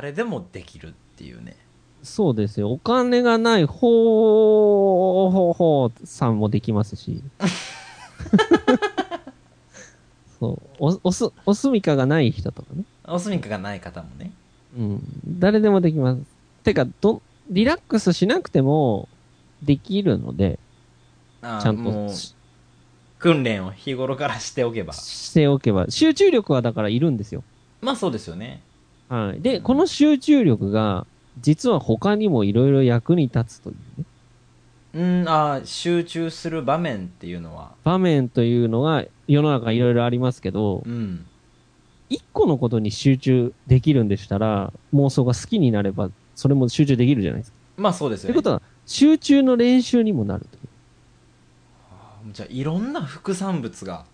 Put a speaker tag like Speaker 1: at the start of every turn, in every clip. Speaker 1: れでもできるっていうね。
Speaker 2: そうですよ。お金がないほう、ほうほうさんもできま すし。そう。お、おす、おすみかがない人とかね。
Speaker 1: オスミカがない方もね。
Speaker 2: うん。誰でもできます。てか、ど、リラックスしなくてもできるので、
Speaker 1: あー
Speaker 2: ちゃん
Speaker 1: も
Speaker 2: と
Speaker 1: う
Speaker 2: し
Speaker 1: 訓練を日頃からしておけば。
Speaker 2: しておけば。集中力はだからいるんですよ。
Speaker 1: まあそうですよね。
Speaker 2: はい。で、この集中力が、実は他にもいろいろ役に立つというね。
Speaker 1: うん、あー集中する場面っていうのは。
Speaker 2: 場面というのが世の中いろいろありますけど
Speaker 1: う、ん。
Speaker 2: 一個のことに集中できるんでしたら、妄想が好きになれば、それも集中できるじゃないですか。
Speaker 1: まあそうです
Speaker 2: と
Speaker 1: よ
Speaker 2: いう
Speaker 1: ね。
Speaker 2: ことは、集中の練習にもなるという。
Speaker 1: じゃあいろんな副産物が。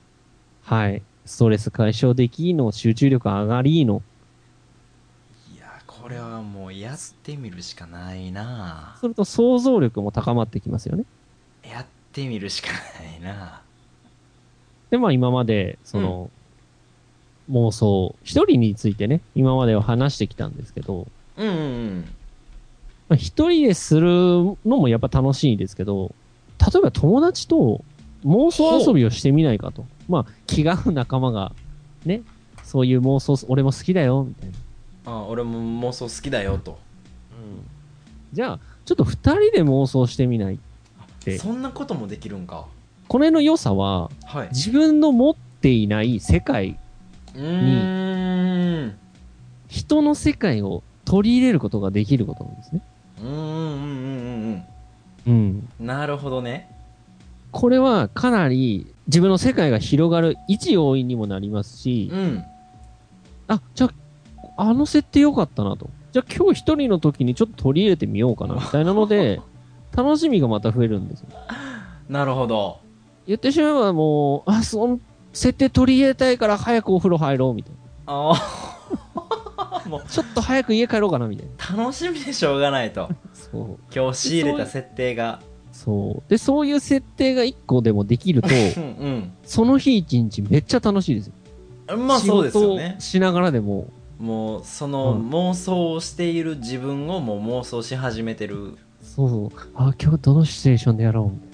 Speaker 2: はい。ストレス解消できの、集中力上がりの。
Speaker 1: いや、これはもうやってみるしかないな
Speaker 2: それと想像力も高まってきますよね。
Speaker 1: やってみるしかないな
Speaker 2: で、まあ今まで、その、妄想、一人についてね、今までは話してきたんですけど、
Speaker 1: うんうんうん。
Speaker 2: まあ一人でするのもやっぱ楽しいですけど、例えば友達と妄想遊びをしてみないかと。まあ、気が合う仲間が、ね、そういう妄想、俺も好きだよ、みたいな。
Speaker 1: あー俺も妄想好きだよと。
Speaker 2: じゃあ、ちょっと二人で妄想してみない。で
Speaker 1: そんなこともできるんか。
Speaker 2: これの良さは、
Speaker 1: はい。
Speaker 2: 自分の持っていない世界、
Speaker 1: うーん。
Speaker 2: 人の世界を取り入れることができることなんですね。
Speaker 1: うんうんうんうん
Speaker 2: うん。
Speaker 1: うん。なるほどね。
Speaker 2: これはかなり自分の世界が広がる一要因にもなりますし、
Speaker 1: うん。
Speaker 2: あ、じゃあ、あの設定良かったなと。じゃあ今日一人の時にちょっと取り入れてみようかな、みたいなの で、楽しみがまた増えるんですよ。
Speaker 1: なるほど。
Speaker 2: 言ってしまえばもう、あ、その設定取り入れたいから早くお風呂入ろう、みたい
Speaker 1: ああ。も
Speaker 2: な。ちょっと早く家帰ろうかな、みたいな。
Speaker 1: う楽しみでしょうがない と。
Speaker 2: そう。
Speaker 1: 今日仕入れた設定が。
Speaker 2: そう。で、そういう設定が一個でもできる と、
Speaker 1: うん
Speaker 2: その日一日めっちゃ楽しいですよ。
Speaker 1: うん。まあそうですよ
Speaker 2: 仕
Speaker 1: ね
Speaker 2: 事を。しながらでも、
Speaker 1: もうその
Speaker 2: うん
Speaker 1: 妄想をしている自分をもう妄想し始めてる。
Speaker 2: そうそう。あ、今日どのシチュエーションでやろうみたい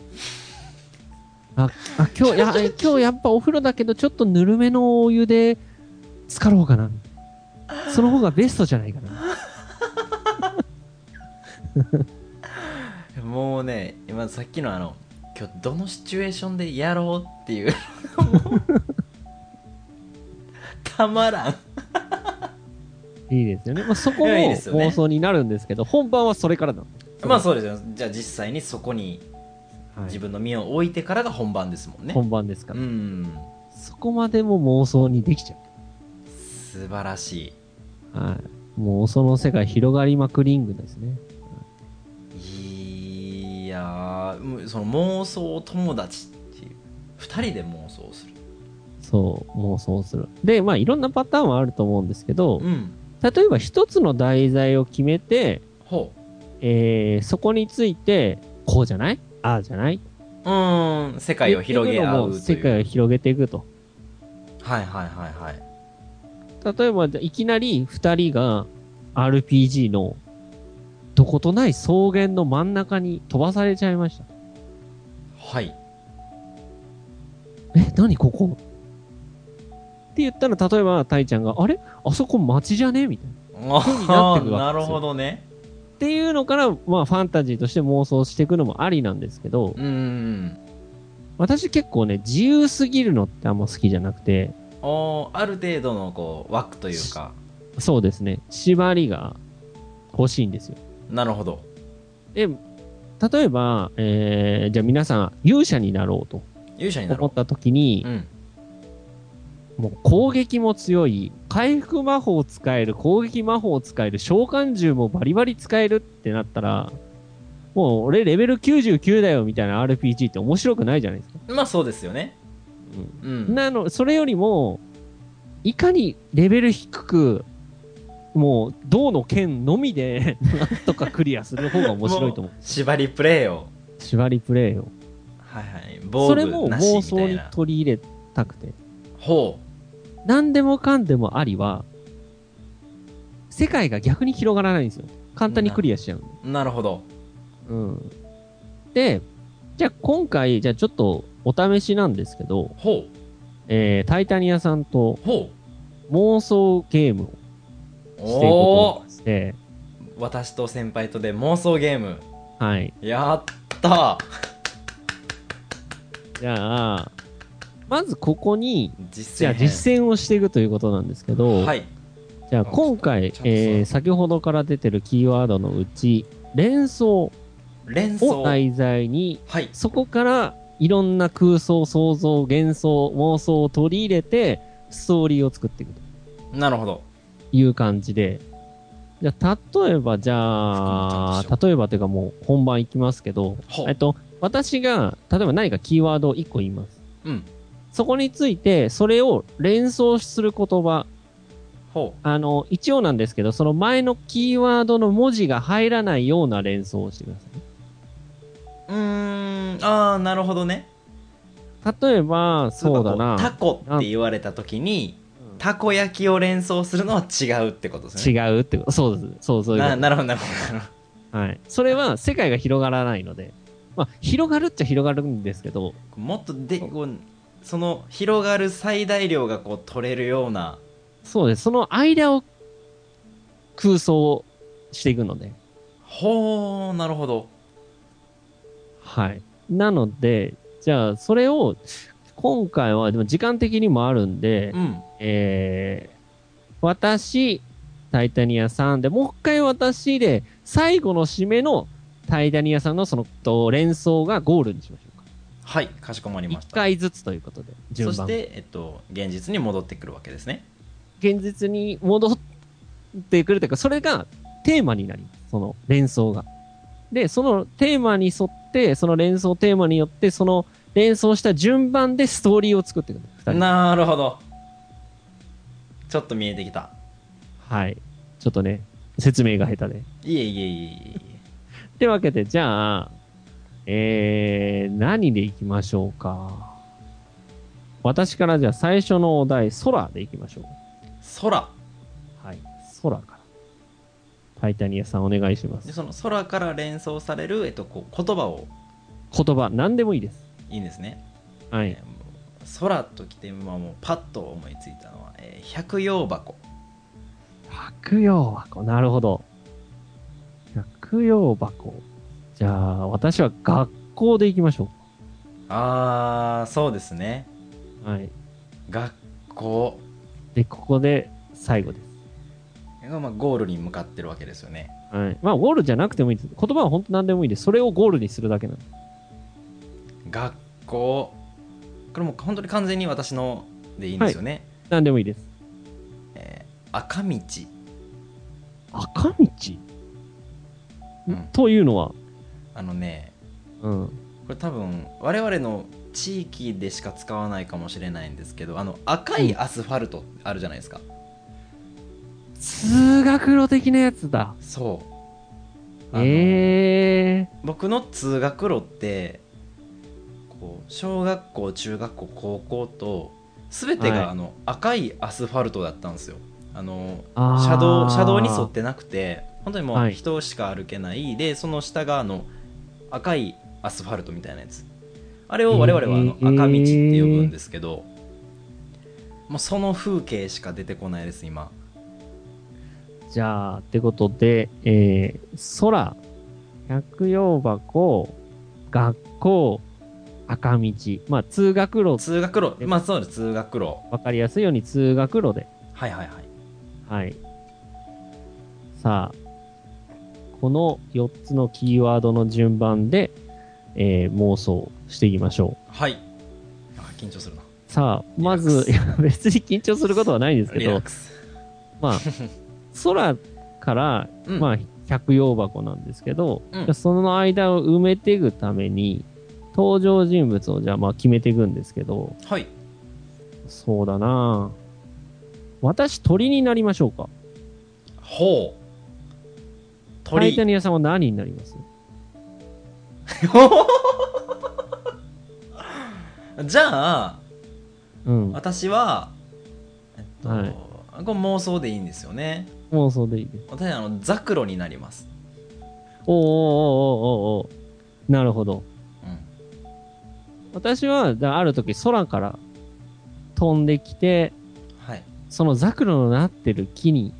Speaker 2: な。あ、あ今 日、いや、え今日やっぱお風呂だけど、ちょっとぬるめのお湯で浸かろうかな。その方がベストじゃないかな。
Speaker 1: もうね、今さっきのあの、今日どのシチュエーションでやろうっていう。 もうたまらん。
Speaker 2: いいですよね。まあ、そこも
Speaker 1: いやいいですよね
Speaker 2: 妄想になるんですけど、本番はそれからなんで
Speaker 1: まあそうですよ。じゃあ実際にそこに自分の身を置いてからが本番ですもんね。
Speaker 2: 本番ですから、
Speaker 1: うん。
Speaker 2: そこまでも妄想にできちゃ
Speaker 1: 素晴らし
Speaker 2: う。はい。もうその世界広がりまくリングですね。
Speaker 1: い。いやー、もうその妄想友達っていう。二人で妄想する。
Speaker 2: そう、妄想する。で、まあいろんなパターンはあると思うんですけど、
Speaker 1: うん。
Speaker 2: 例えば一つの題材を決めて、
Speaker 1: ほう。
Speaker 2: えーそこについて、こうじゃないああじゃないう
Speaker 1: ーん。世界を広げ合うという。
Speaker 2: 世界を広げていくと。
Speaker 1: はいはいはいはい。
Speaker 2: 例えば、いきなり二人が RPG のどことない草原の真ん中に飛ばされちゃいました。
Speaker 1: はい。
Speaker 2: え、何ここって言ったら、例えば、タイちゃんが、あれあそこ町じゃねみたいな。にな
Speaker 1: あ
Speaker 2: っ
Speaker 1: あ
Speaker 2: て
Speaker 1: ー、
Speaker 2: くわ
Speaker 1: な
Speaker 2: けですよ
Speaker 1: るほどね。
Speaker 2: っていうのから、まあ、ファンタジーとして妄想していくのもありなんですけど
Speaker 1: う、ーん。
Speaker 2: 私結構ね、自由すぎるのってあんま好きじゃなくて、
Speaker 1: おーある程度のこう枠というか。
Speaker 2: そうですね、縛りが欲しいんですよ。
Speaker 1: なるほど。
Speaker 2: で、例えば、えーじゃあ皆さん勇者になろうと
Speaker 1: 勇者にな
Speaker 2: 思
Speaker 1: ろ
Speaker 2: った時に
Speaker 1: う。う、ん。
Speaker 2: もう攻撃も強い、回復魔法を使える、攻撃魔法を使える、召喚獣もバリバリ使えるってなったら、もう俺レベル99だよみたいな RPG って面白くないじゃないですか。
Speaker 1: まあそうですよね。うん。
Speaker 2: なの、それよりも、いかにレベル低く、もう、銅の剣のみで、なんとかクリアする方が面白いと思う。
Speaker 1: 縛りプレイを。
Speaker 2: 縛りプレイを。
Speaker 1: はいはい。
Speaker 2: そ
Speaker 1: 防
Speaker 2: れも
Speaker 1: 具なし
Speaker 2: 妄
Speaker 1: みた
Speaker 2: 想
Speaker 1: い
Speaker 2: に
Speaker 1: な。
Speaker 2: 取り入れたくて。
Speaker 1: ほ
Speaker 2: 何でもかんでもありは、世界が逆に広がらないんですよ。簡単にクリアしちゃう。
Speaker 1: なるほど
Speaker 2: うん。で、じゃあ今回、じゃあちょっとお試しなんですけど、
Speaker 1: ほ
Speaker 2: えー、タイタニアさんと
Speaker 1: うほ
Speaker 2: 妄想ゲーム
Speaker 1: う
Speaker 2: をしていこうと
Speaker 1: お
Speaker 2: 思い
Speaker 1: お
Speaker 2: まして、
Speaker 1: 私と先輩とで妄想ゲーム
Speaker 2: はい。
Speaker 1: やった
Speaker 2: じゃあ、まずここに、
Speaker 1: 実
Speaker 2: じゃあ
Speaker 1: 践
Speaker 2: 実践をしていくということなんですけど、
Speaker 1: はい
Speaker 2: じゃあ今回
Speaker 1: ちゃん、と
Speaker 2: えー先ほどから出てるキーワードのうち、連想
Speaker 1: 連
Speaker 2: を
Speaker 1: 想はい
Speaker 2: 題材に、そこからいろんな空想、想像、幻想、妄想を取り入れて、ストーリーを作っていくと
Speaker 1: なるほど
Speaker 2: いう感じで、じゃあ例えば、じゃあ、例えばというかもう本番いきますけど、
Speaker 1: ほ
Speaker 2: えっ
Speaker 1: う
Speaker 2: と、私が、例えば何かキーワードを1個言います。
Speaker 1: うん
Speaker 2: そこについて、それを連想する言葉。
Speaker 1: ほ
Speaker 2: あの、一応なんですけど、その前のキーワードの文字が入らないような連想をしてくださ
Speaker 1: ううーんああなるほどね
Speaker 2: い。例えば、そうだ
Speaker 1: タ
Speaker 2: な。
Speaker 1: コって言われた時に
Speaker 2: うん
Speaker 1: たこ焼きを連想するのは違うってことです
Speaker 2: 違
Speaker 1: ね
Speaker 2: うってこと。そうです。そうそういうこ
Speaker 1: な
Speaker 2: と
Speaker 1: なるほどなるほどなるほ
Speaker 2: はい。それは世界が広がらないので、まあ、広がるっちゃ広がるんですけど、
Speaker 1: どもっとでこうその広がる最大量がこう取れるような
Speaker 2: そうです。その間を空想していくので、
Speaker 1: ほうなるほど
Speaker 2: はい。なので、じゃあ、それを、今回は、でも時間的にもあるんで、
Speaker 1: うん
Speaker 2: えー、私、タイタニアさんで、もう一回私で、最後の締めのタイタニアさんのそのと連想がゴールにしましょうか。
Speaker 1: はいかしこまりまし
Speaker 2: 一
Speaker 1: た
Speaker 2: 回ずつということで、
Speaker 1: そ
Speaker 2: 順
Speaker 1: し
Speaker 2: 番。
Speaker 1: て、えっと、現実に戻ってくるわけですね
Speaker 2: 現実に戻ってくるというか、それがテーマになります。その連想が。で、そのテーマに沿って、その連想テーマによって、その連想した順番でストーリーを作っていくの。二人
Speaker 1: なるほどちょっと見えてきた
Speaker 2: はい。ちょっとね、説明が下手で。
Speaker 1: いえいえいえい
Speaker 2: ってわけで、じゃあ、えー、何でいきましょうか。私からじゃあ最初のお題、空でいきましょう。
Speaker 1: え 空
Speaker 2: はい。空から。タイタニアさんお願いしま。
Speaker 1: ですその空から連想される、えっと、こう言葉を
Speaker 2: 言葉、何でもいいです。
Speaker 1: いいんですね、
Speaker 2: は
Speaker 1: え
Speaker 2: い。
Speaker 1: ーもう空ときて、まあ、もうパッと思いついたのは「えー百葉箱
Speaker 2: 百葉箱。なるほど。百葉箱。じゃあ、私は学校でいきましょ」
Speaker 1: あーそうですね
Speaker 2: う。はい。
Speaker 1: 学校
Speaker 2: で、ここで最後です。
Speaker 1: が、まあ、ゴールに向かってるわけですよね
Speaker 2: はい。まあ、ゴールじゃなくてもいいです。言葉は本当何でもいいです。それをゴールにするだけなんです。
Speaker 1: 学校これもう本当に完全に私のでいいんですよね、
Speaker 2: 何でもいいです。
Speaker 1: えー赤道
Speaker 2: 赤道、
Speaker 1: うん
Speaker 2: というのは、
Speaker 1: あのね
Speaker 2: うん、
Speaker 1: これ多分我々の地域でしか使わないかもしれないんですけどあの赤いアスファルトあるじゃないですか、
Speaker 2: 通学路的なやつだ。
Speaker 1: そうあの
Speaker 2: ええ
Speaker 1: 僕の通学路ってこう小学校中学校高校と全てが、
Speaker 2: はい
Speaker 1: あの赤いアスファルトだったんですよあの
Speaker 2: ー。
Speaker 1: 車道車道に沿ってなくて本当にも
Speaker 2: は
Speaker 1: う
Speaker 2: い
Speaker 1: 人しか歩けない、でその下があの赤いアスファルトみたいなやつあれを我々はあの
Speaker 2: えー
Speaker 1: 赤道って呼ぶんですけど、もうその風景しか出てこないです今
Speaker 2: じゃあ、ってことで、えー、空、百葉箱、学校、赤道。まあ、通学路、
Speaker 1: 通学路まあそうです通学路
Speaker 2: わかりやすいように通学路で。
Speaker 1: はいはいはい
Speaker 2: はい。さあ、この4つのキーワードの順番で、えー、妄想していきましょう。
Speaker 1: はいあ緊張するな
Speaker 2: さあ、まず、い
Speaker 1: リ
Speaker 2: や 別に緊張することはないんですけ
Speaker 1: リラッ
Speaker 2: ど、
Speaker 1: クス
Speaker 2: まあ、空から、
Speaker 1: うん
Speaker 2: まあ、百葉箱なんですけど、
Speaker 1: うん
Speaker 2: その間を埋めていくために、登場人物をじゃあまあ決めていくんですけど、
Speaker 1: はい
Speaker 2: そうだなあ私鳥になりましょうか。
Speaker 1: ほう
Speaker 2: タイタ
Speaker 1: 鳥
Speaker 2: ニアさんは何になります
Speaker 1: じゃあ
Speaker 2: うん。
Speaker 1: 私はえっと、
Speaker 2: はい
Speaker 1: これ妄想でいいんですよね
Speaker 2: もうそれでいいね。
Speaker 1: 私あのザクロになります、
Speaker 2: おーおーおーおーおーおーなるほど。
Speaker 1: うん、
Speaker 2: 私は、だある時空から飛んできて、
Speaker 1: はい
Speaker 2: そのザクロのなってる木に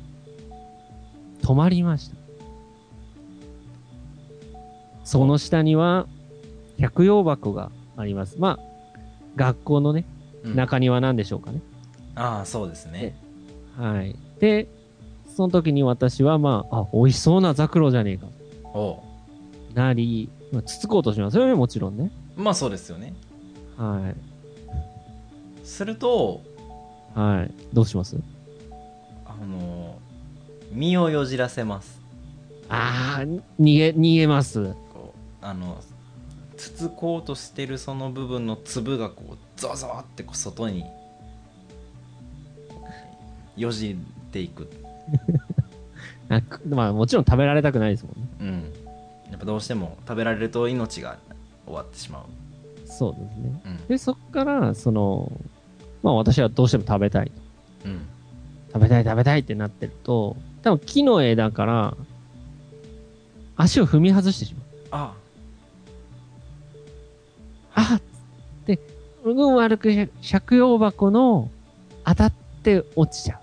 Speaker 2: 止まりました。その下には百葉箱があります。まあ、学校のね、
Speaker 1: うん
Speaker 2: 中庭なんでしょうかね。
Speaker 1: ああそうですね
Speaker 2: はい。で、その時に私はまあ、あ、美味しそうなザクロじゃねえか。
Speaker 1: おう
Speaker 2: なり、まあ、つつこうとしますよね、もちろんね。
Speaker 1: まあそうですよね
Speaker 2: は
Speaker 1: すると
Speaker 2: い。はい。どうします
Speaker 1: あの身をよじらせます
Speaker 2: ああ、逃げ、逃げます。
Speaker 1: こうあのつつこうとしてるその部分の粒がこうザワザワってこう外によじっていく
Speaker 2: あくまあ、もちろん食べられたくないですもんね。
Speaker 1: うんやっぱどうしても食べられると命が終わってしまう
Speaker 2: そうですね。
Speaker 1: うん
Speaker 2: で、そっから、その、まあ私はどうしても食べたい。
Speaker 1: うん
Speaker 2: 食べたい食べたいってなってると、多分木の枝から、足を踏み外してしまう。
Speaker 1: あ
Speaker 2: あで、運悪く借用箱の当たって落ちちゃ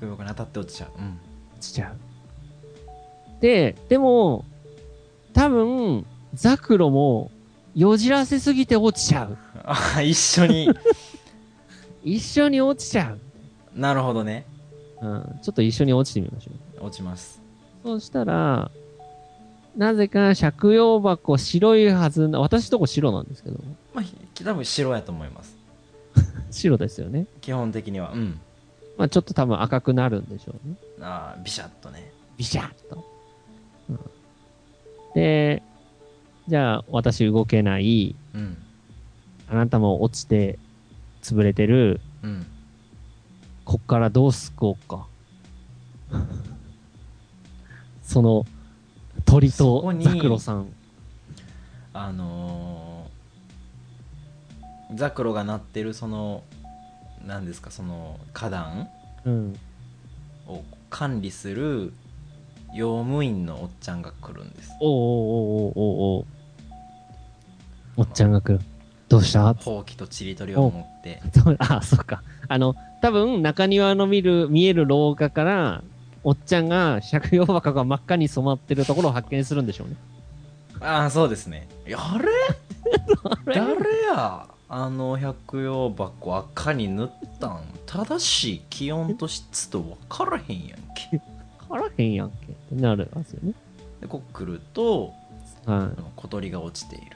Speaker 2: う。
Speaker 1: 100秒間当たって落ちちゃううん
Speaker 2: 落ちちゃう。で、でも、多分、ザクロも、よじらせすぎて落ちちゃう。
Speaker 1: あ一緒 に
Speaker 2: 一緒に落ちちゃう。
Speaker 1: なるほどね
Speaker 2: うん、ちょっと一緒に落ちてみましょう。
Speaker 1: 落ちます
Speaker 2: そうしたら、なぜか借用箱白いはずな、私とこ白なんですけど、
Speaker 1: まあひ多分白やと思います
Speaker 2: 白ですよね。
Speaker 1: 基本的にはうん
Speaker 2: まあちょっと多分赤くなるんでしょうね。
Speaker 1: ああビシャッとね
Speaker 2: ビシャッと。うんで、じゃあ私動けない、
Speaker 1: うん
Speaker 2: あなたも落ちて潰れてる、
Speaker 1: うん
Speaker 2: こっからどう救おうか。 その鳥
Speaker 1: そことに
Speaker 2: ザクロさん。
Speaker 1: あのーザクロが鳴ってるその何ですかその花壇
Speaker 2: うん。
Speaker 1: を管理する用務員のおっちゃんが来るんです
Speaker 2: おうおうおうおうおうおっちゃんが来る。どうした
Speaker 1: ほうきとちりとりを持って
Speaker 2: そう あ、そっか。あの、多分中庭の見る、見える廊下から、おっちゃんが借用箱が真っ赤に染まってるところを発見するんでしょうね。
Speaker 1: ああそうですねやれ誰やあの百葉箱赤に塗ったん正しい気温と湿度分からへんやんけ
Speaker 2: あらへんやんけってなるんですよね。
Speaker 1: でこう来ると
Speaker 2: は
Speaker 1: あの小鳥が落ちている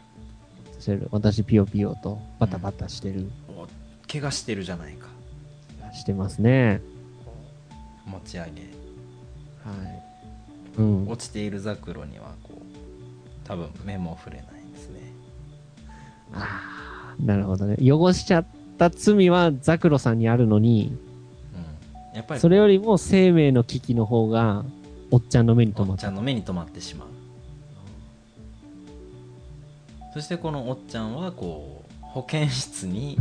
Speaker 2: い。してる私、ピヨピヨとバタバタしてる。
Speaker 1: お怪我してるじゃないか
Speaker 2: してますね。
Speaker 1: 持ち上げ
Speaker 2: はい。うん。
Speaker 1: 落ちているザクロにはこう多分目も触れないですね
Speaker 2: あーなるほどね。汚しちゃった罪はザクロさんにあるのに、
Speaker 1: うんやっぱり
Speaker 2: それよりも生命の危機の方が、おっちゃんの目に
Speaker 1: お
Speaker 2: 留ま
Speaker 1: っ
Speaker 2: っ
Speaker 1: ち
Speaker 2: た。
Speaker 1: ゃんの目に留まってしまうそしてこのおっちゃんはこう保健室に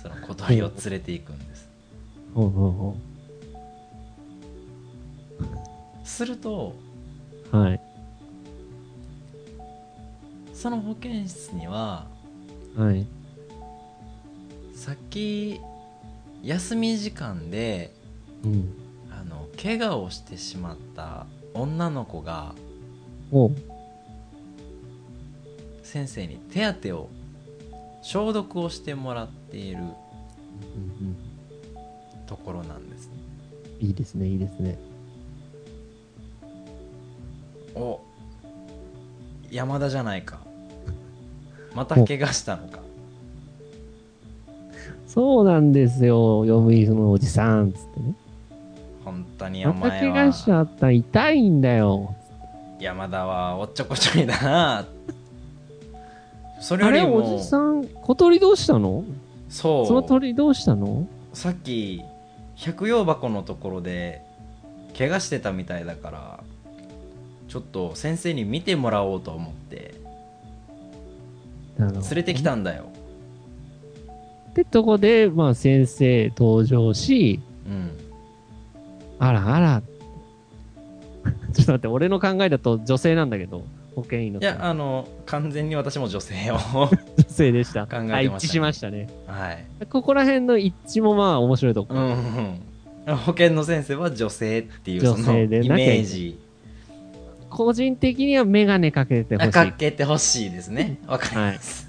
Speaker 1: その小鳥を連れていくんです
Speaker 2: ほうほうほ
Speaker 1: すると
Speaker 2: う。はい。
Speaker 1: その保健室には
Speaker 2: はい。
Speaker 1: さっき休み時間で
Speaker 2: うん。
Speaker 1: あの怪我をしてしまった女の子が
Speaker 2: おう
Speaker 1: 先生に手当てを消毒をしてもらっているところなんですね
Speaker 2: いいですね、いいですね。
Speaker 1: お山田じゃないかまた怪我したのか
Speaker 2: そうなんですよ、読むそのおじさん、つってね。
Speaker 1: 本当にお
Speaker 2: また
Speaker 1: 前
Speaker 2: 怪我しち
Speaker 1: は
Speaker 2: ゃった、痛いんだよ。
Speaker 1: 山田はおっちょこちょいだなそれ
Speaker 2: あ
Speaker 1: よ
Speaker 2: れ、
Speaker 1: り
Speaker 2: お
Speaker 1: も
Speaker 2: じさん、小鳥どうしたの
Speaker 1: そ
Speaker 2: その
Speaker 1: う
Speaker 2: 鳥どうしたの
Speaker 1: さっき百葉箱のところで怪我してたみたいだからちょっと先生に見てもらおうと思って
Speaker 2: なるほど
Speaker 1: 連れてき。たんだよ、
Speaker 2: ってとこで、まあ、先生登場し、
Speaker 1: うん、
Speaker 2: あらあら。 ちょっと待って、俺の考えだと女性なんだけど、保険医の
Speaker 1: いやあの完全に私も女性を
Speaker 2: 女性でした。
Speaker 1: 考えてましたね
Speaker 2: あ一致しましたね。
Speaker 1: はい
Speaker 2: ここら辺の一致もまあ面白いとこ。
Speaker 1: うんうん保健の先生は女性っていうそ
Speaker 2: 女性
Speaker 1: のイ
Speaker 2: でなきゃいけない
Speaker 1: メージ
Speaker 2: 個人的にはメガネかけてほ
Speaker 1: あ
Speaker 2: し
Speaker 1: か
Speaker 2: い。
Speaker 1: けてほしいですねわかります、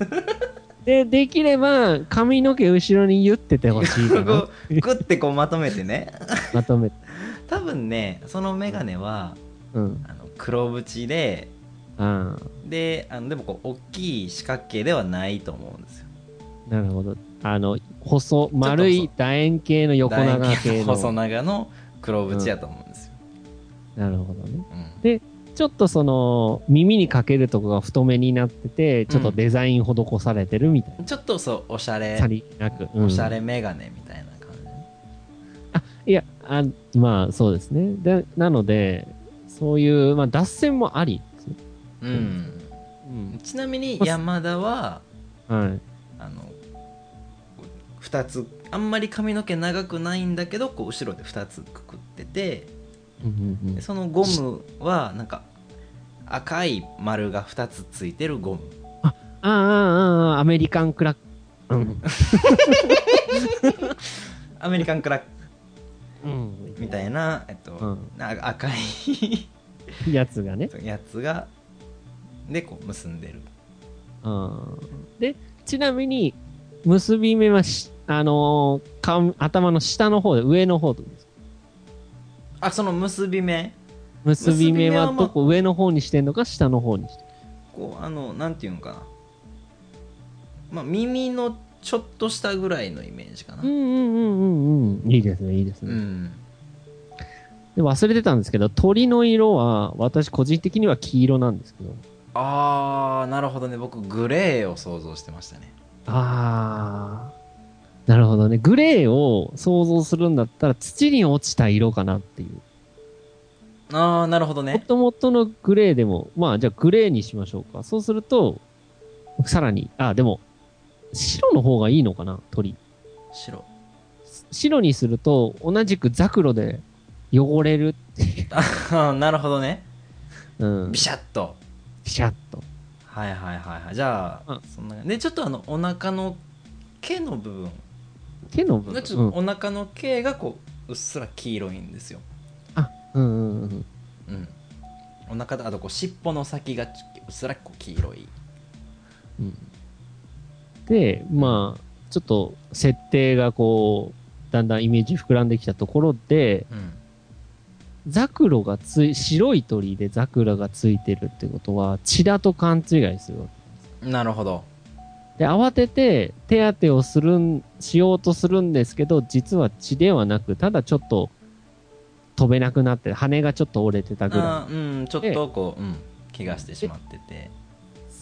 Speaker 2: で、できれば髪の毛後ろに言っててほしいかな。
Speaker 1: こうグッてこうまとめてね
Speaker 2: まとめて。
Speaker 1: 多分ねその眼鏡は
Speaker 2: うん。
Speaker 1: あの黒縁で
Speaker 2: あ
Speaker 1: であのでもこう大きい四角形ではないと思うんですよ
Speaker 2: あ、なるほど。あの、細、丸い楕円形の横長
Speaker 1: 楕
Speaker 2: 系
Speaker 1: 円形
Speaker 2: の。
Speaker 1: 細長の黒縁やと思うんですよ、
Speaker 2: なるほどね。
Speaker 1: うん
Speaker 2: ちょっとその、耳にかけるとこが太めになってて、ちょっとデザイン施されてるみたいな。
Speaker 1: ちょっとそうおしゃれ
Speaker 2: さりげなく。うん
Speaker 1: おしゃれ眼鏡みたいな感じ、
Speaker 2: いや、あまあそうですね。でなので、そういう、まあ、脱線もありですね、
Speaker 1: うん
Speaker 2: うん
Speaker 1: ちなみに山田は
Speaker 2: はい。
Speaker 1: あの2つあんまり髪の毛長くないんだけどこう後ろで2つくくってて
Speaker 2: うんうんうん
Speaker 1: でそのゴムはなんか赤い丸が2つついてるゴム
Speaker 2: ああああああ、アメリカンクラック。うん。
Speaker 1: アメリカンクラック
Speaker 2: うん。
Speaker 1: みたいな、えっと
Speaker 2: うん
Speaker 1: な赤い
Speaker 2: やつがね。
Speaker 1: やつがでこう結んでる
Speaker 2: うん。で、ちなみに、結び目はし、あのーかん頭の下の方で、上の方とです。
Speaker 1: あその結び目
Speaker 2: 結び
Speaker 1: 結び目
Speaker 2: 目は
Speaker 1: はまあ
Speaker 2: どこ、上の方にしてんのか、下の方にしてんのか
Speaker 1: こうあのなんていうのかな、まあ、耳のちょっとしたぐらいのイメージかな
Speaker 2: うんうんうんうんうん。いいですね、いいですね。
Speaker 1: うん
Speaker 2: で忘れてたんですけど、鳥の色は、私個人的には黄色なんですけど。
Speaker 1: あーなるほどね僕グレーを想像してましたね
Speaker 2: あー。なるほどね。グレーを想像するんだったら土に落ちた色かなっていう。
Speaker 1: あーなるほど
Speaker 2: も
Speaker 1: ね
Speaker 2: ともとのグレーでも、まあじゃあグレーにしましょうか。そうすると、さらに、あ、でも、白の方がいいのかな鳥。
Speaker 1: 白
Speaker 2: 白にすると、同じくザクロで汚れる。
Speaker 1: あーなるほどね
Speaker 2: うん。
Speaker 1: ビ
Speaker 2: ピ
Speaker 1: シャッと
Speaker 2: シャッと。
Speaker 1: はいはいはいはいじゃあ、
Speaker 2: うん
Speaker 1: そんなでちょっとあのお腹の毛の部分
Speaker 2: 手の部分。
Speaker 1: ちょっとお腹の毛がこううっすら黄色いんですよ、
Speaker 2: うんうんうんうん。
Speaker 1: うん、お腹とあとこう尻尾の先がちうっすらこう黄色い
Speaker 2: うんで、まあ、ちょっと設定がこう、だんだんイメージ膨らんできたところで、
Speaker 1: うん
Speaker 2: ザクロがつい、白い鳥でザクロがついてるってことは、血だと勘違いするわ
Speaker 1: なるほど
Speaker 2: け。で、慌てて手当てをするん、しようとするんですけど、実は血ではなく、ただちょっと飛べなくなって、羽がちょっと折れてたぐらい。
Speaker 1: あーうんちょっとこう、うん、怪我してしまってて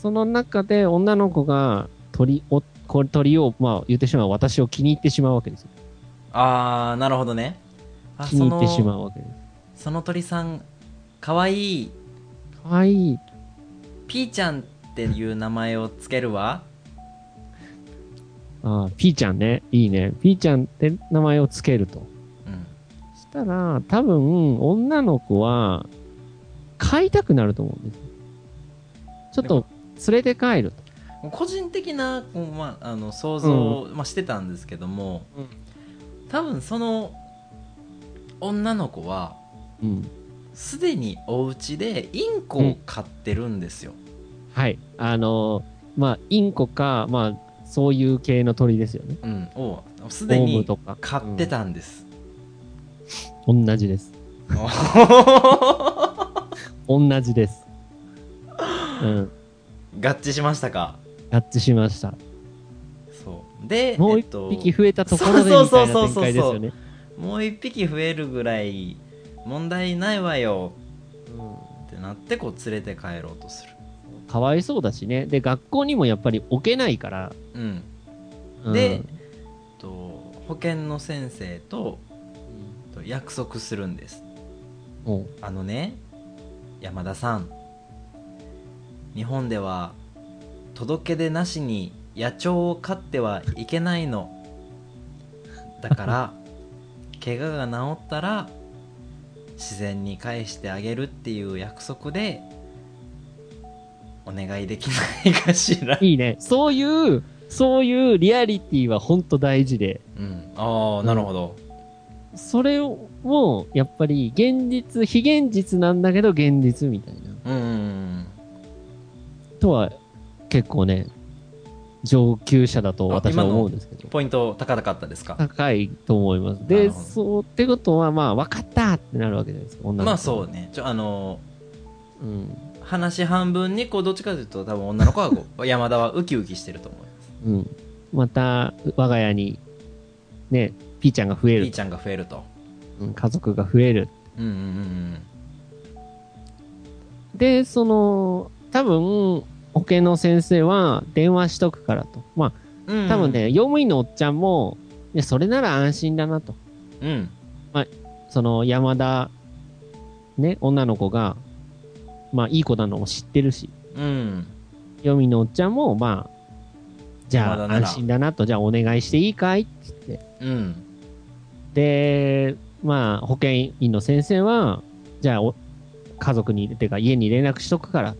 Speaker 2: その中で女の子が鳥を、こ鳥を、まあ言ってしまう私を気に入ってしまうわけですよ。
Speaker 1: ああなるほどねあ
Speaker 2: 気に入ってし
Speaker 1: その
Speaker 2: まうわけです。
Speaker 1: その鳥さんかわいい
Speaker 2: かわいい。
Speaker 1: ピーちゃんっていう名前をつけるわ
Speaker 2: ああ、ピーちゃんね。いいね。ピーちゃんって名前をつけると。
Speaker 1: うん
Speaker 2: したら、多分、女の子は、飼いたくなると思うんですよ。ちょっと、連れて帰ると。
Speaker 1: もう個人的な、こうまあ、あの想像を、まあ、してたんですけども、
Speaker 2: うん
Speaker 1: 多分その女の子は
Speaker 2: うん。
Speaker 1: すでにお家でインコを飼ってるんですよ、
Speaker 2: はい。あのーまあ、インコか、まあ、そういう系の鳥ですよね。
Speaker 1: うんをす
Speaker 2: オ
Speaker 1: で
Speaker 2: ウム
Speaker 1: に
Speaker 2: とか。
Speaker 1: 飼ってたんです、
Speaker 2: うん。同じです。
Speaker 1: 合
Speaker 2: 同 じです。うん。
Speaker 1: 致しましたか
Speaker 2: 合致しました。
Speaker 1: そうで
Speaker 2: もう
Speaker 1: えっ
Speaker 2: 一
Speaker 1: と
Speaker 2: 匹増えたところでみたいな展開ですよね。
Speaker 1: もう一匹増えるぐらい問題ないわよ
Speaker 2: うん
Speaker 1: ってなってこう連れて帰ろうとする
Speaker 2: かわいそうだしね。で、学校にもやっぱり置けないから。
Speaker 1: うん
Speaker 2: うん
Speaker 1: で、と保健の先生とと約束するんです
Speaker 2: うんうん
Speaker 1: あのね山田さん日本では届け出なしに野鳥を飼ってはいけ ないのだから怪我が治ったら自然に返してあげるっていう約束でお願いできないかしら
Speaker 2: いいね。そういう、そういうリアリティは本当大事で、
Speaker 1: うんああなるほど、
Speaker 2: それを、もうやっぱり現実、非現実なんだけど現実みたいな。
Speaker 1: うん、うんうん
Speaker 2: とは、結構ね、上級者だと
Speaker 1: あ
Speaker 2: 私
Speaker 1: 今
Speaker 2: は
Speaker 1: の
Speaker 2: 思うんですけど。
Speaker 1: ポイント高々かったですか
Speaker 2: 高いと思います。
Speaker 1: なる
Speaker 2: で、
Speaker 1: ほど
Speaker 2: そう、ってことは、まあ、分かったってなるわけじゃないですか、女の子。
Speaker 1: まあそうねちょあの
Speaker 2: う。うん。
Speaker 1: 話半分にこうどっちかというと多分女の子はこ う山田はウキウキしてると思う
Speaker 2: うん。また、我が家に、ね、ピーちゃんが増え
Speaker 1: ピー
Speaker 2: る。
Speaker 1: ちゃんが増えると
Speaker 2: うん家族が増える。
Speaker 1: うんうんうん
Speaker 2: で、その、多分、保健の先生は電話しとくからと。ま
Speaker 1: うんうん
Speaker 2: あ、多分ね、用務員のおっちゃんも、いやそれなら安心だなと。
Speaker 1: うん
Speaker 2: その、山田、ね、女の子が、まあ、いい子なのも知ってるし、
Speaker 1: うん
Speaker 2: 用務員のおっちゃんも、まあ、じゃ
Speaker 1: まだ
Speaker 2: あ、
Speaker 1: なら
Speaker 2: 安心だなと、じゃあお願いしていいかいって言って。
Speaker 1: うん
Speaker 2: で、まあ、保健員の先生は、じゃあお、家族に、てか家に連絡しとくから、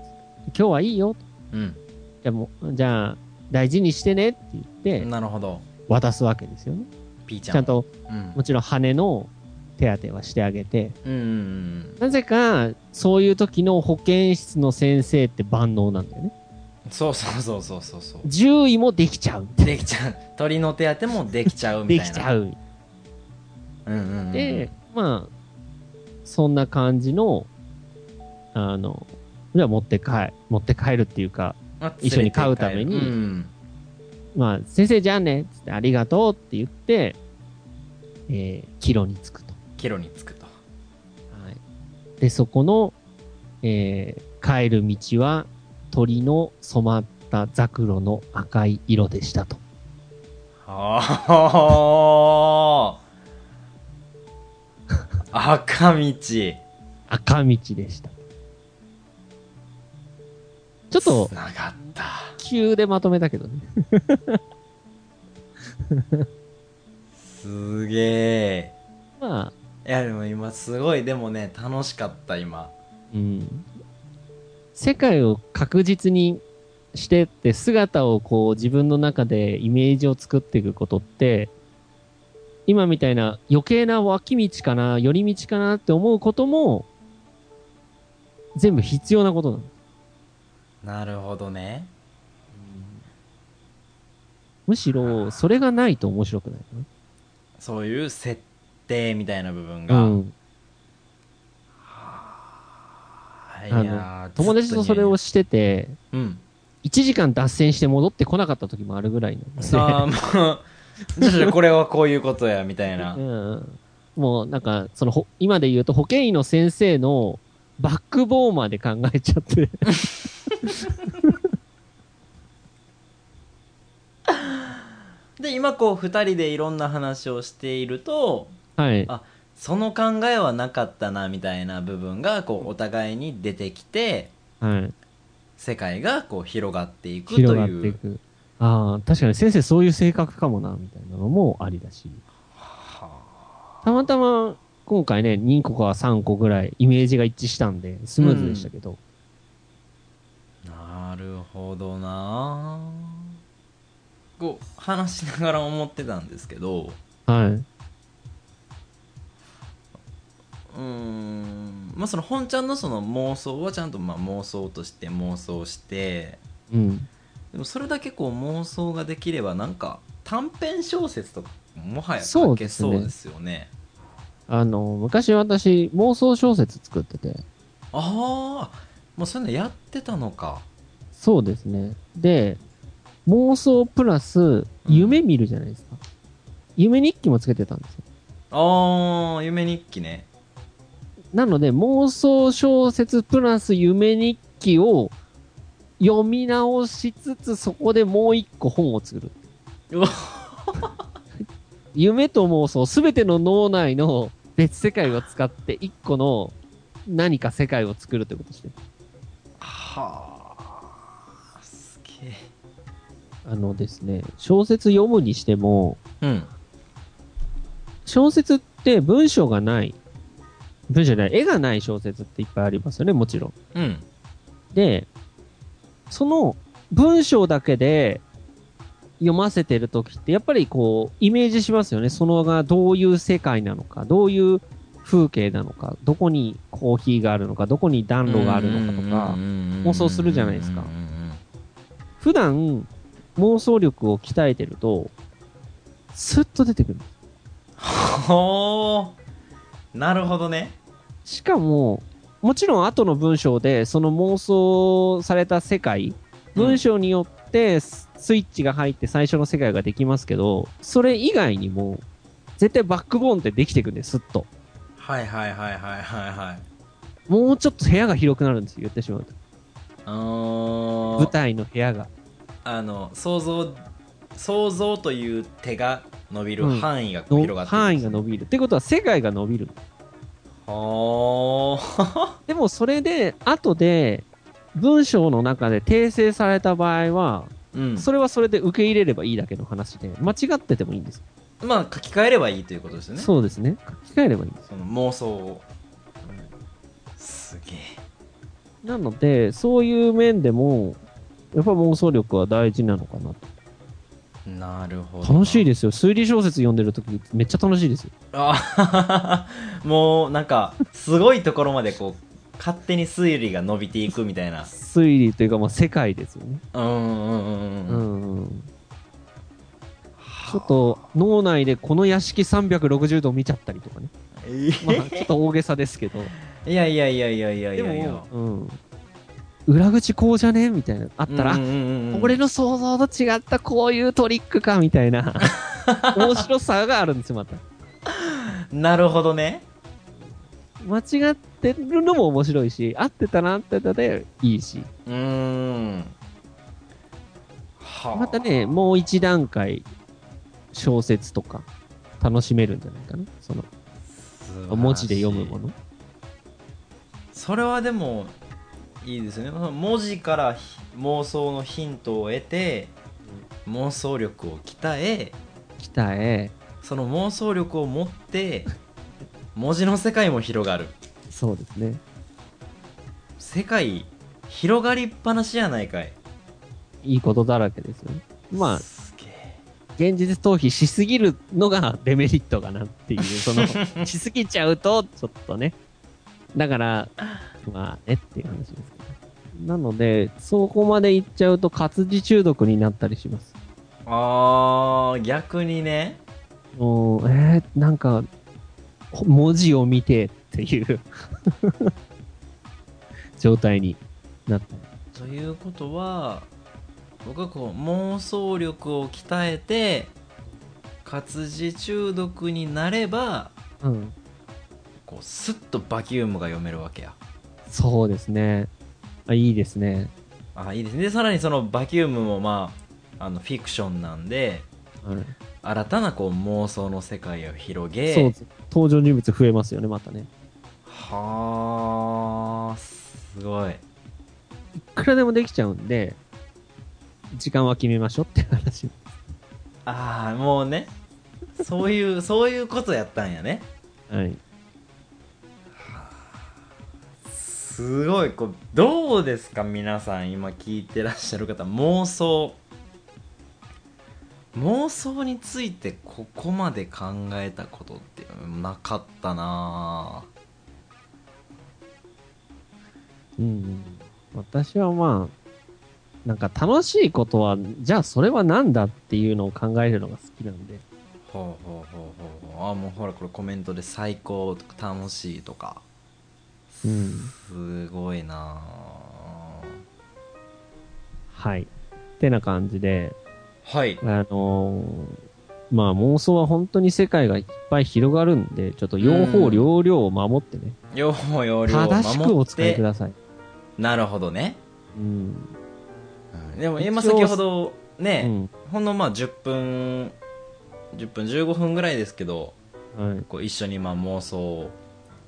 Speaker 2: 今日はいいよ。
Speaker 1: うん
Speaker 2: じゃあもう、じゃあ、大事にしてねって言って、
Speaker 1: なるほど
Speaker 2: 渡すわけですよね。
Speaker 1: ピーちゃん
Speaker 2: ちゃんと、
Speaker 1: うん
Speaker 2: もちろん羽の手当てはしてあげて、
Speaker 1: うんうんうん
Speaker 2: なぜか、そういう時の保健室の先生って万能なんだよね。
Speaker 1: そうそうそうそうそうそ
Speaker 2: 獣医もできちゃう。
Speaker 1: うできちゃう鳥の手当てもできちゃうみ
Speaker 2: で
Speaker 1: たい
Speaker 2: き
Speaker 1: な
Speaker 2: ちゃ
Speaker 1: う
Speaker 2: う。
Speaker 1: うんうんうん
Speaker 2: で、まあ、そんな感じの、あの、じゃあ持って帰、持って帰るっていうか、
Speaker 1: まあ
Speaker 2: 一緒に飼うために
Speaker 1: 連れて帰るうん
Speaker 2: まあ、先生じゃあね、つってありがとうって言って、えー、帰路に着くと。
Speaker 1: 帰路に着くと
Speaker 2: はい。で、そこの、えー、帰る道は鳥の染まったザクロの赤い色でしたと。
Speaker 1: ああ赤道
Speaker 2: 赤道でした。ちょっと
Speaker 1: つながった
Speaker 2: 急でまとめたけどね。
Speaker 1: すげえ
Speaker 2: まあ、
Speaker 1: いやでも今すごいでもね楽しかった今
Speaker 2: うん。世界を確実にしてって姿をこう自分の中でイメージを作っていくことって、今みたいな余計な脇道かな、寄り道かなって思うことも、全部必要なことなの。
Speaker 1: なるほどね
Speaker 2: むしろ、それがないと面白くないか
Speaker 1: そういう設定みたいな部分
Speaker 2: な。
Speaker 1: が、
Speaker 2: うん。
Speaker 1: はい
Speaker 2: あの
Speaker 1: やー
Speaker 2: 友達とそれを
Speaker 1: ずっ
Speaker 2: してて、
Speaker 1: とねうん
Speaker 2: 1時間脱線して戻ってこなかった時もあるぐらいなんで。
Speaker 1: さあ もうじゃあじゃあこれはこういうことやみたいな
Speaker 2: うん、もうなんか、そのほ、今で言うと保健医の先生のバックボーンまで考えちゃって。
Speaker 1: で今こう2人でいろんな話をしていると
Speaker 2: はい
Speaker 1: あ。その考えはなかったなみたいな部分がこうお互いに出てきて
Speaker 2: はい。
Speaker 1: 世界がこう広がっていくと
Speaker 2: 広がって
Speaker 1: い
Speaker 2: いうく。ああ、確かに先生そういう性格かもな、みたいなのもありだし。たまたま、今回ね、2個か3個ぐらいイメージが一致したんで、スムーズでしたけど、
Speaker 1: なるほどなこう話しながら思ってたんですけど
Speaker 2: はい。
Speaker 1: うーんまあその本ちゃんのその妄想はちゃんとまあ妄想として妄想して
Speaker 2: うん。
Speaker 1: でもそれだけこう妄想ができればなんか短編小説とかもはや
Speaker 2: そ
Speaker 1: 書
Speaker 2: う
Speaker 1: け
Speaker 2: です
Speaker 1: そ
Speaker 2: ね
Speaker 1: うですよね
Speaker 2: あの、昔私、妄想小説作ってて、
Speaker 1: ああもうそういうのやってたのか
Speaker 2: そうですね。で、妄想プラス、夢見るじゃないですか。夢日記もつけてたんですよ。
Speaker 1: ああ夢日記ね
Speaker 2: なので、妄想小説プラス夢日記を読み直しつつ、そこでもう一個本を作る
Speaker 1: うわ。
Speaker 2: 夢と妄想、すべての脳内の別世界を使って、一個の何か世界を作るということしてる
Speaker 1: はあすげえ
Speaker 2: あのですね、小説読むにしても、
Speaker 1: うん
Speaker 2: 小説って文章がない文章じゃない、絵がない小説っていっぱいありますよね、もちろん。
Speaker 1: うん
Speaker 2: で、その文章だけで読ませてるときって、やっぱりこう、イメージしますよね。そのがどういう世界なのか、どういう風景なのか、どこにコーヒーがあるのか、どこに暖炉があるのかとか、
Speaker 1: 妄
Speaker 2: 想するじゃないですか普段妄想力を鍛えてると、スッと出てくる。
Speaker 1: ほう なるほどね
Speaker 2: しかも、もちろん後の文章で、その妄想された世界、
Speaker 1: うん
Speaker 2: 文章によってススイッチが入って最初の世界ができますけど、それ以外にも、絶対バックボーンってできていくんです、すっと。
Speaker 1: はいはいはいはいはいはい
Speaker 2: もうちょっと部屋が広くなるんですよ、言ってしまうと。
Speaker 1: うーん
Speaker 2: 舞台の部屋が。
Speaker 1: あの想像想像という手が伸びる
Speaker 2: うん
Speaker 1: 範囲がこう
Speaker 2: の
Speaker 1: 広がってる
Speaker 2: 範囲が伸びる。ってことは世界が伸びる。
Speaker 1: はあ
Speaker 2: でもそれで、後で、文章の中で訂正された場合は、
Speaker 1: うん
Speaker 2: それはそれで受け入れればいいだけの話で、間違っててもいいんです。
Speaker 1: まあ書き換えればいいということですよね
Speaker 2: そうですね。書き換えればいいんです。
Speaker 1: その妄想を、すげえ
Speaker 2: なので、そういう面でも、やっぱ妄想力は大事なのかなと。
Speaker 1: なるほど
Speaker 2: 楽しい
Speaker 1: す
Speaker 2: ですよ。推理小説読んでるとき、めっちゃ楽しいですよ。
Speaker 1: あもうなんかすごいところまでこう勝手に推理が伸びていくみたいな
Speaker 2: 推理というか、まあ、世界ですよね。
Speaker 1: うんうんうんう
Speaker 2: う
Speaker 1: んうん
Speaker 2: んうんうん。ちょっと、脳内でこの屋敷360度見ちゃったりとかね。まあ、 ちょっと大げさですけど。
Speaker 1: いやいやいやいやいやい
Speaker 2: で
Speaker 1: やいや
Speaker 2: も、うん。裏口こうじゃねみたいな。あったら、
Speaker 1: うんうんうん
Speaker 2: 俺の想像と違ったこういうトリックかみたい な面白さがあるんですよまた
Speaker 1: なるほどね
Speaker 2: 間違ってるのも面白いし合ってたな合ってたでいいし
Speaker 1: うーんはあ
Speaker 2: またねもう一段階小説とか楽しめるんじゃないかなその
Speaker 1: 素晴らしい
Speaker 2: 文字で読むもの
Speaker 1: それはでもいいですねその文字からひ妄想のヒントを得て妄想力を鍛え
Speaker 2: 鍛え
Speaker 1: その妄想力を持って文字の世界も広がる
Speaker 2: そうですね
Speaker 1: 世界広がりっぱなしやないかい
Speaker 2: いいことだらけですよねまあ
Speaker 1: すげえ
Speaker 2: 現実逃避しすぎるのがデメリットかなっ ていう、その、しすぎちゃうと、ちょっとね。だから、まあねっていう話ですけど。なので、そこまでいっちゃうと活字中毒になったりします。
Speaker 1: あー逆にね
Speaker 2: もう、えー、なんか、ほ文字を見てっていう 状態になったり。
Speaker 1: ということは僕はこう妄想力を鍛えて活字中毒になれば
Speaker 2: うん。
Speaker 1: こうスッとバキュームが読めるわけや
Speaker 2: そうですね。あいいですね。
Speaker 1: あいいですねでさらにそのバキュームもまああのフィクションなんで
Speaker 2: はい
Speaker 1: 新たなこう妄想の世界を広
Speaker 2: そう
Speaker 1: げ
Speaker 2: です。登場人物増えますよね、またね。
Speaker 1: はあすごい
Speaker 2: いくらでもできちゃうんで、時間は決めましょうって話。
Speaker 1: ああもうねそういうそういうことやったんやね
Speaker 2: はい。
Speaker 1: すごいこうどうですか皆さん今聞いてらっしゃる方妄想妄想についてここまで考えたことってなかったなぁ
Speaker 2: うんうん。私はまあ、なんか楽しいことは、じゃあそれは何だっていうのを考えるのが好きなんで、
Speaker 1: ほうほうほうほうほうあもうほらこれコメントで「最高」とか「楽しい」とか
Speaker 2: うん。
Speaker 1: すごいなあ
Speaker 2: はい。ってな感じで、
Speaker 1: はい
Speaker 2: あのーまあ妄想は本当に世界がいっぱい広がるんで、ちょっと用
Speaker 1: う
Speaker 2: 法
Speaker 1: ん
Speaker 2: 両量を守ってね、
Speaker 1: 用法用量を
Speaker 2: 正しくお
Speaker 1: 守っ
Speaker 2: 使いく
Speaker 1: て
Speaker 2: ださい。
Speaker 1: なるほどね、
Speaker 2: うん。
Speaker 1: うんでも今
Speaker 2: 一応
Speaker 1: 先ほど
Speaker 2: う
Speaker 1: ね、
Speaker 2: ん。
Speaker 1: ほんのまあ10分10分15分ぐらいですけど
Speaker 2: はい。
Speaker 1: こう一緒にまあ妄想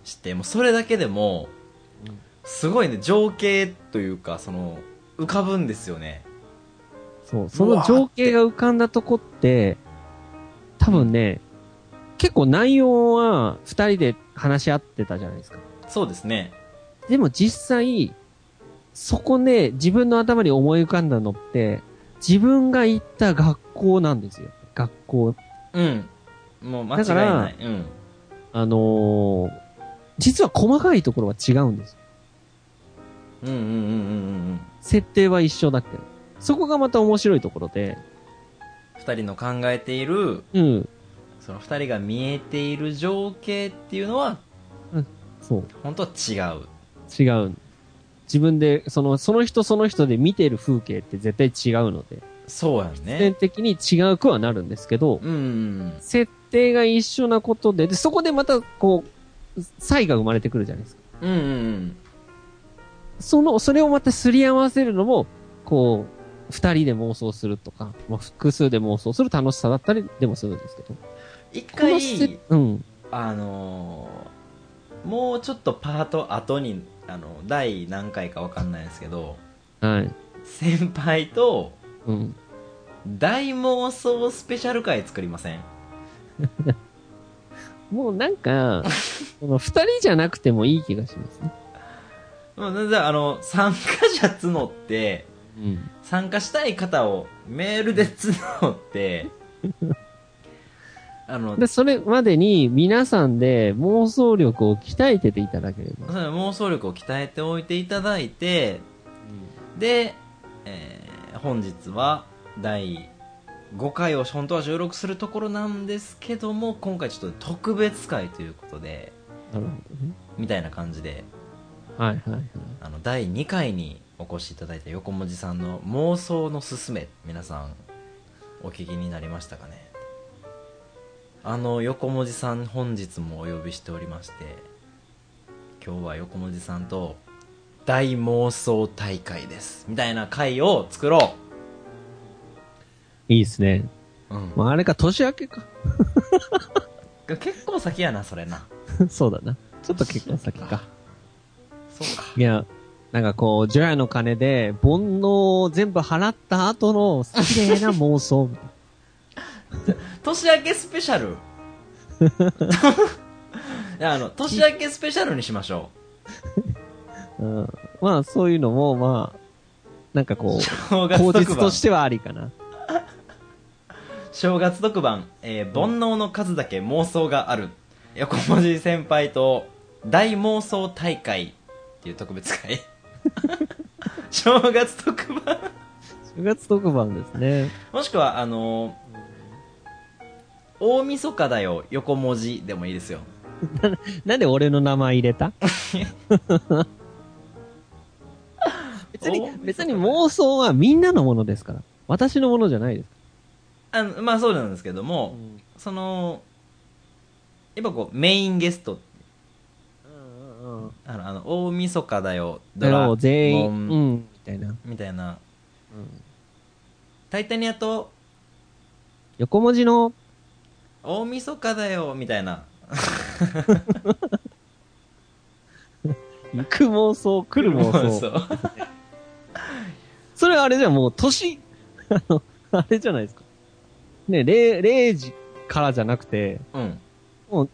Speaker 1: してもうそれだけでも
Speaker 2: うん
Speaker 1: すごいね情景というかその浮かぶんですよね
Speaker 2: そう、その情景が浮かんだとこって、多分ね、結構内容は二人で話し合ってたじゃないですか。
Speaker 1: そうですね
Speaker 2: でも実際、そこね、自分の頭に思い浮かんだのって、自分が行った学校なんですよ。学校。
Speaker 1: うんもう間違いないうん
Speaker 2: あのー実は細かいところは違うんですよ。
Speaker 1: うんうんうんうんうんうん
Speaker 2: 設定は一緒だけど。そこがまた面白いところで、
Speaker 1: 2人の考えている
Speaker 2: うん、
Speaker 1: その2人が見えている情景っていうのは
Speaker 2: そう、
Speaker 1: 本当は違う
Speaker 2: 違う。自分で、その、その人その人で見てる風景って絶対違うので、
Speaker 1: そうや
Speaker 2: 必
Speaker 1: ね
Speaker 2: 然的に違うくはなるんですけど、
Speaker 1: うんうん
Speaker 2: 設定が一緒なことで、で、そこでまた、こう、差異が生まれてくるじゃないですか。
Speaker 1: うんうんうん
Speaker 2: その、それをまたすり合わせるのも、こう、二人で妄想するとか、まあ、複数で妄想する楽しさだったりでもするんですけど。
Speaker 1: 一
Speaker 2: この
Speaker 1: 回
Speaker 2: せうん。
Speaker 1: あのーもうちょっとパート後にあの第何回か分かんないですけど
Speaker 2: はい。
Speaker 1: 先輩と
Speaker 2: うん。
Speaker 1: 大妄想スペシャル回作りません
Speaker 2: もうなん か、この二人じゃなくてもいい気がしますね。
Speaker 1: うんだからあの参加者募って
Speaker 2: うん。
Speaker 1: 参加したい方をメールで募ってあの
Speaker 2: で、それまでに皆さんで妄想力を鍛えてていただければ。
Speaker 1: その妄想力を鍛えておいていただいてで、えー本日は第5回を本当は収録するところなんですけども今回ちょっと特別会ということで
Speaker 2: なるほどね。
Speaker 1: みたいな感じで
Speaker 2: はいはいはい。
Speaker 1: あの第2回にお越しいただいた横文字さんの妄想のすすめ皆さんお聞きになりましたかねあの横文字さん本日もお呼びしておりまして今日は横文字さんと大妄想大会ですみたいな会を作ろ
Speaker 2: いいですね。
Speaker 1: う、うん
Speaker 2: まあ、あれか、年明けか。
Speaker 1: 結構先やなそれな
Speaker 2: そうだな。ちょっと結構先か。
Speaker 1: そうか
Speaker 2: いや、なんかこう、除夜の鐘で、煩悩を全部払った後の、綺麗な妄想みたいな。
Speaker 1: 年明けスペシャル いやあの年明けスペシャルにしましょ
Speaker 2: うん、まあ、そういうのも、まあ、なんかこ
Speaker 1: う
Speaker 2: う、
Speaker 1: 正月
Speaker 2: 口
Speaker 1: 特番
Speaker 2: 実としてはありかな。
Speaker 1: 正月特番、えー煩悩の数だけ妄想がある」横文字先輩と大妄想大会っていう特別会 正月特番
Speaker 2: 10月特番ですね。
Speaker 1: もしくはあのー大晦日だよ横文字でもいいですよ
Speaker 2: なんで俺の名前入れ た別に
Speaker 1: お、
Speaker 2: 別に妄想はみんなのものですから。私のものじゃないです。
Speaker 1: あのまあそうなんですけども、そのやっぱこうメインゲストあのあの大晦日だよ
Speaker 2: だ
Speaker 1: ドラ
Speaker 2: から
Speaker 1: ゴン
Speaker 2: 全員、うん、みたいな。
Speaker 1: みたいな「タイタニア」と
Speaker 2: 横文字の、
Speaker 1: 「大晦日だよ」みたいな
Speaker 2: 行く妄想、来る妄想。
Speaker 1: そう
Speaker 2: それあれじゃんもう年、 あの、あれじゃないですか。ね、0、0時からじゃなくて、
Speaker 1: うん。
Speaker 2: もう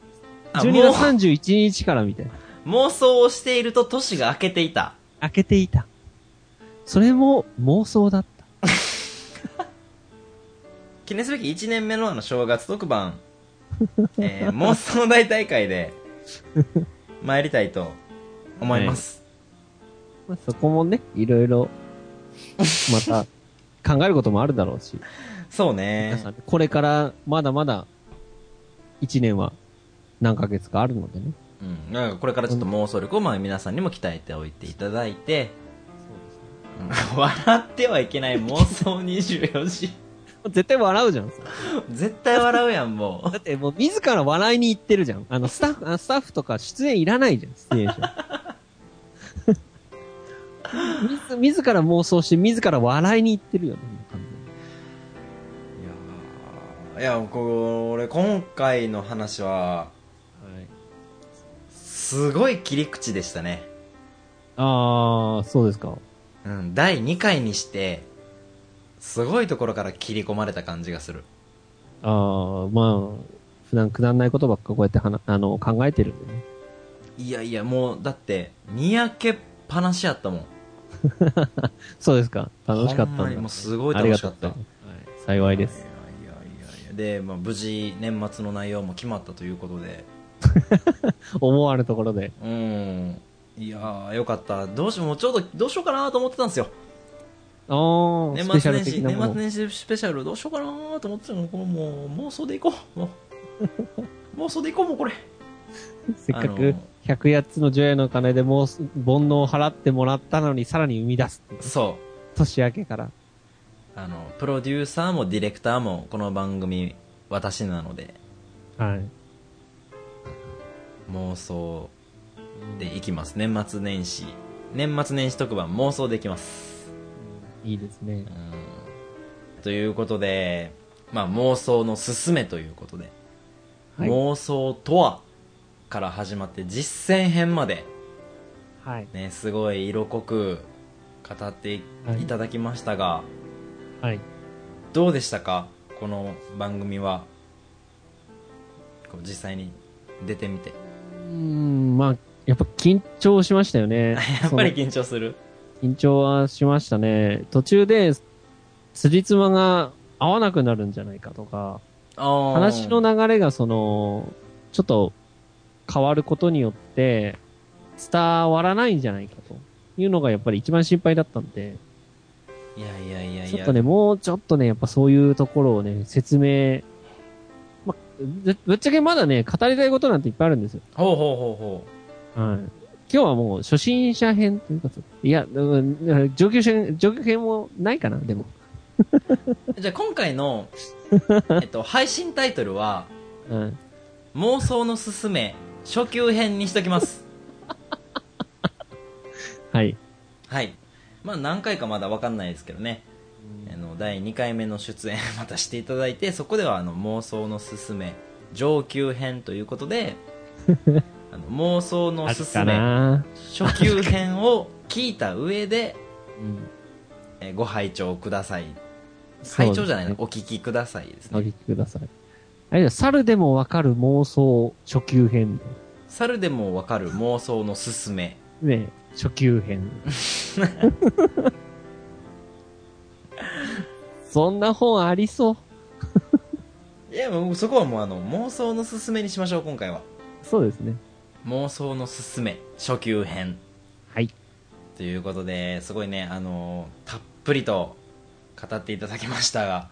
Speaker 1: あ、
Speaker 2: 12月31日からみたいな。
Speaker 1: もう妄想をしていると年が明けていた。
Speaker 2: 開けていた。それも妄想だった。
Speaker 1: 記念すべき1年目のあの正月特 番、えー妄想大大会で、参りたいと思います。
Speaker 2: まあ、そこもね、いろいろ、また、考えることもあるだろう し、
Speaker 1: そう
Speaker 2: 皆
Speaker 1: ね
Speaker 2: さ。んこれから、まだまだ、1年は、何ヶ月かあるのでね。
Speaker 1: うん。なんかこれからちょっと妄想力をまあ皆さんにも鍛えておいていただいて、うん笑ってはいけない妄想24時。
Speaker 2: 絶対笑うじゃん。
Speaker 1: 絶対笑うやん、も
Speaker 2: だってもう自ら笑いに行ってるじゃん。あの、スタッフ、あスタッフとか出演いらないじゃん、出演者。 自自ら妄想して、自ら笑いに行ってるよね、完全に
Speaker 1: う。いや、これ今回の話は、すごい切り口でしたね。
Speaker 2: あー、そうですか。
Speaker 1: うん、第2回にして、すごいところから切り込まれた感じがする。
Speaker 2: あー、まあ、普段くだんないことばっかこうやってはなあの考えてるんだよね。
Speaker 1: いやいやもうだってにやけっぱなしやったもん
Speaker 2: そうですか。楽しかった
Speaker 1: ほ
Speaker 2: ん
Speaker 1: ん
Speaker 2: だ。
Speaker 1: まにもうすごい楽しかった
Speaker 2: ありがとうございます幸いです。
Speaker 1: いやいやいやいやで、まあ、無事年末の内容も決まったということで
Speaker 2: 思わぬところで。
Speaker 1: うんいやーよかったどうしようもうちょうどどうしようかなと思ってたんですよ
Speaker 2: ああ、
Speaker 1: 年
Speaker 2: スペシ
Speaker 1: 末
Speaker 2: ャル
Speaker 1: 年
Speaker 2: 的
Speaker 1: 始
Speaker 2: な
Speaker 1: 年
Speaker 2: も
Speaker 1: 末
Speaker 2: の。
Speaker 1: 年始スペシャルどうしようかなと思ってたのこのもう妄想でいこうもう妄想でいこうもうこれ
Speaker 2: せっか
Speaker 1: あの
Speaker 2: く108つの除夜の鐘でもうす煩悩を払ってもらったのにさらに生み出すっていう。
Speaker 1: そう
Speaker 2: 年明けから。
Speaker 1: あのプロデューサーもディレクターもこの番組私なので
Speaker 2: はい。
Speaker 1: 妄想でいきます年末年始年末年始特番妄想でいきます
Speaker 2: いいですね
Speaker 1: う。んということで、まあ、妄想のすすめということで、
Speaker 2: はい
Speaker 1: 妄想とはから始まって実践編まで、
Speaker 2: はい。
Speaker 1: ね、すごい色濃く語ってい
Speaker 2: はい
Speaker 1: いただきましたが、
Speaker 2: はい。
Speaker 1: どうでしたかこの番組はこう実際に出てみ て
Speaker 2: うーん、まあ、やっぱ緊張しましたよね。
Speaker 1: やっぱり緊張する
Speaker 2: 緊張はしましたね。途中で、辻褄が合わなくなるんじゃないかとか、
Speaker 1: 話
Speaker 2: 話の流れがその、ちょっと変わることによって、伝わらないんじゃないかというのがやっぱり一番心配だったんで、
Speaker 1: いやいやいやいや
Speaker 2: ちょっとね、もうちょっとね、やっぱそういうところをね、説明、ま、ぶぶっちゃけまだね、語りたいことなんていっぱいあるんですよ。
Speaker 1: ほうほうほうほ
Speaker 2: はい。今日はもう初心者編というか、いや、うん上級者編、上級編もないかな、でも。
Speaker 1: うじゃあ今回 の、えっと、配信タイトルは
Speaker 2: うん。
Speaker 1: 妄想のすすめ初級編にしときます
Speaker 2: はい。
Speaker 1: はいまあ何回かまだ分かんないですけどねあの第2回目の出演 またしていただいてそこではあの妄想のすすめ上級編ということ であの妄想の
Speaker 2: あ
Speaker 1: す
Speaker 2: る
Speaker 1: す
Speaker 2: か
Speaker 1: め
Speaker 2: な、
Speaker 1: 初級編を聞いた上で
Speaker 2: うん、
Speaker 1: えご拝聴ください
Speaker 2: そ
Speaker 1: 拝
Speaker 2: うですね
Speaker 1: 聴じゃないなお聞きくださいです
Speaker 2: お
Speaker 1: ね
Speaker 2: 聞きください。あれだ、猿でもわかる妄想初級編。
Speaker 1: 猿でもわかる妄想のすすめ
Speaker 2: ね、初級 編。そんな本ありそう。
Speaker 1: いやもうそこはもうあの妄想のすすめにしましょう今回は
Speaker 2: そうですね。
Speaker 1: 妄想のすすめ初級編
Speaker 2: はい。
Speaker 1: ということですごいねあのーたっぷりと語っていただきましたが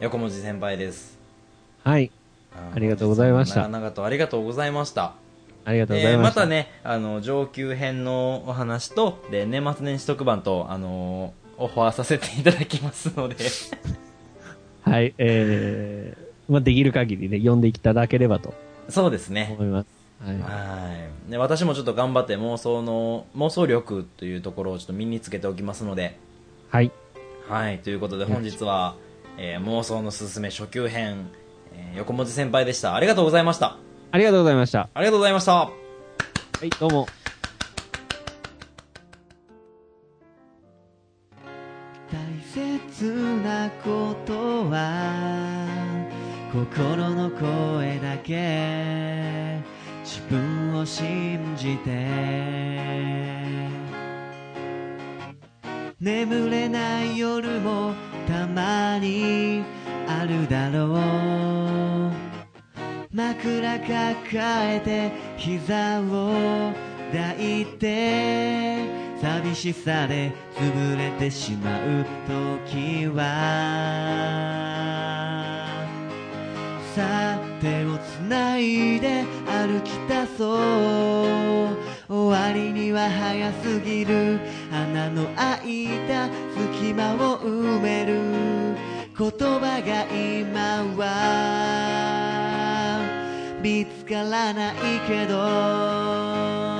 Speaker 1: 横文字先輩です
Speaker 2: はい。
Speaker 1: あ
Speaker 2: ありがとうございました
Speaker 1: 長々とありがとうございました
Speaker 2: ありがとうござ
Speaker 1: え
Speaker 2: い
Speaker 1: ー
Speaker 2: ま
Speaker 1: ま
Speaker 2: した。
Speaker 1: たねあの上級編のお話とで年末年始特番とあのーオファーさせていただきますの で
Speaker 2: はい。えー、まあ、できる限りね、読んでいただければと
Speaker 1: そうですね
Speaker 2: 思います。は
Speaker 1: はいで私もちょっと頑張って妄想の妄想力というところをちょっと身につけておきますので
Speaker 2: い。はい。
Speaker 1: はい、ということで本日は、えー妄想のすすめ初級編、えー横文字先輩でした。ありがとうございました。
Speaker 2: ありがとうございました。
Speaker 1: ありがとうございました。
Speaker 2: はい、どうも。
Speaker 3: 大切なことは心の声だけ自分を信じて眠れない夜もたまにあるだろう枕抱えて膝を抱いて寂しさで潰れてしまう時はさあ手をつないで歩き出そう終わりには早すぎる穴の開いた隙間を埋める言葉が今は見つからないけど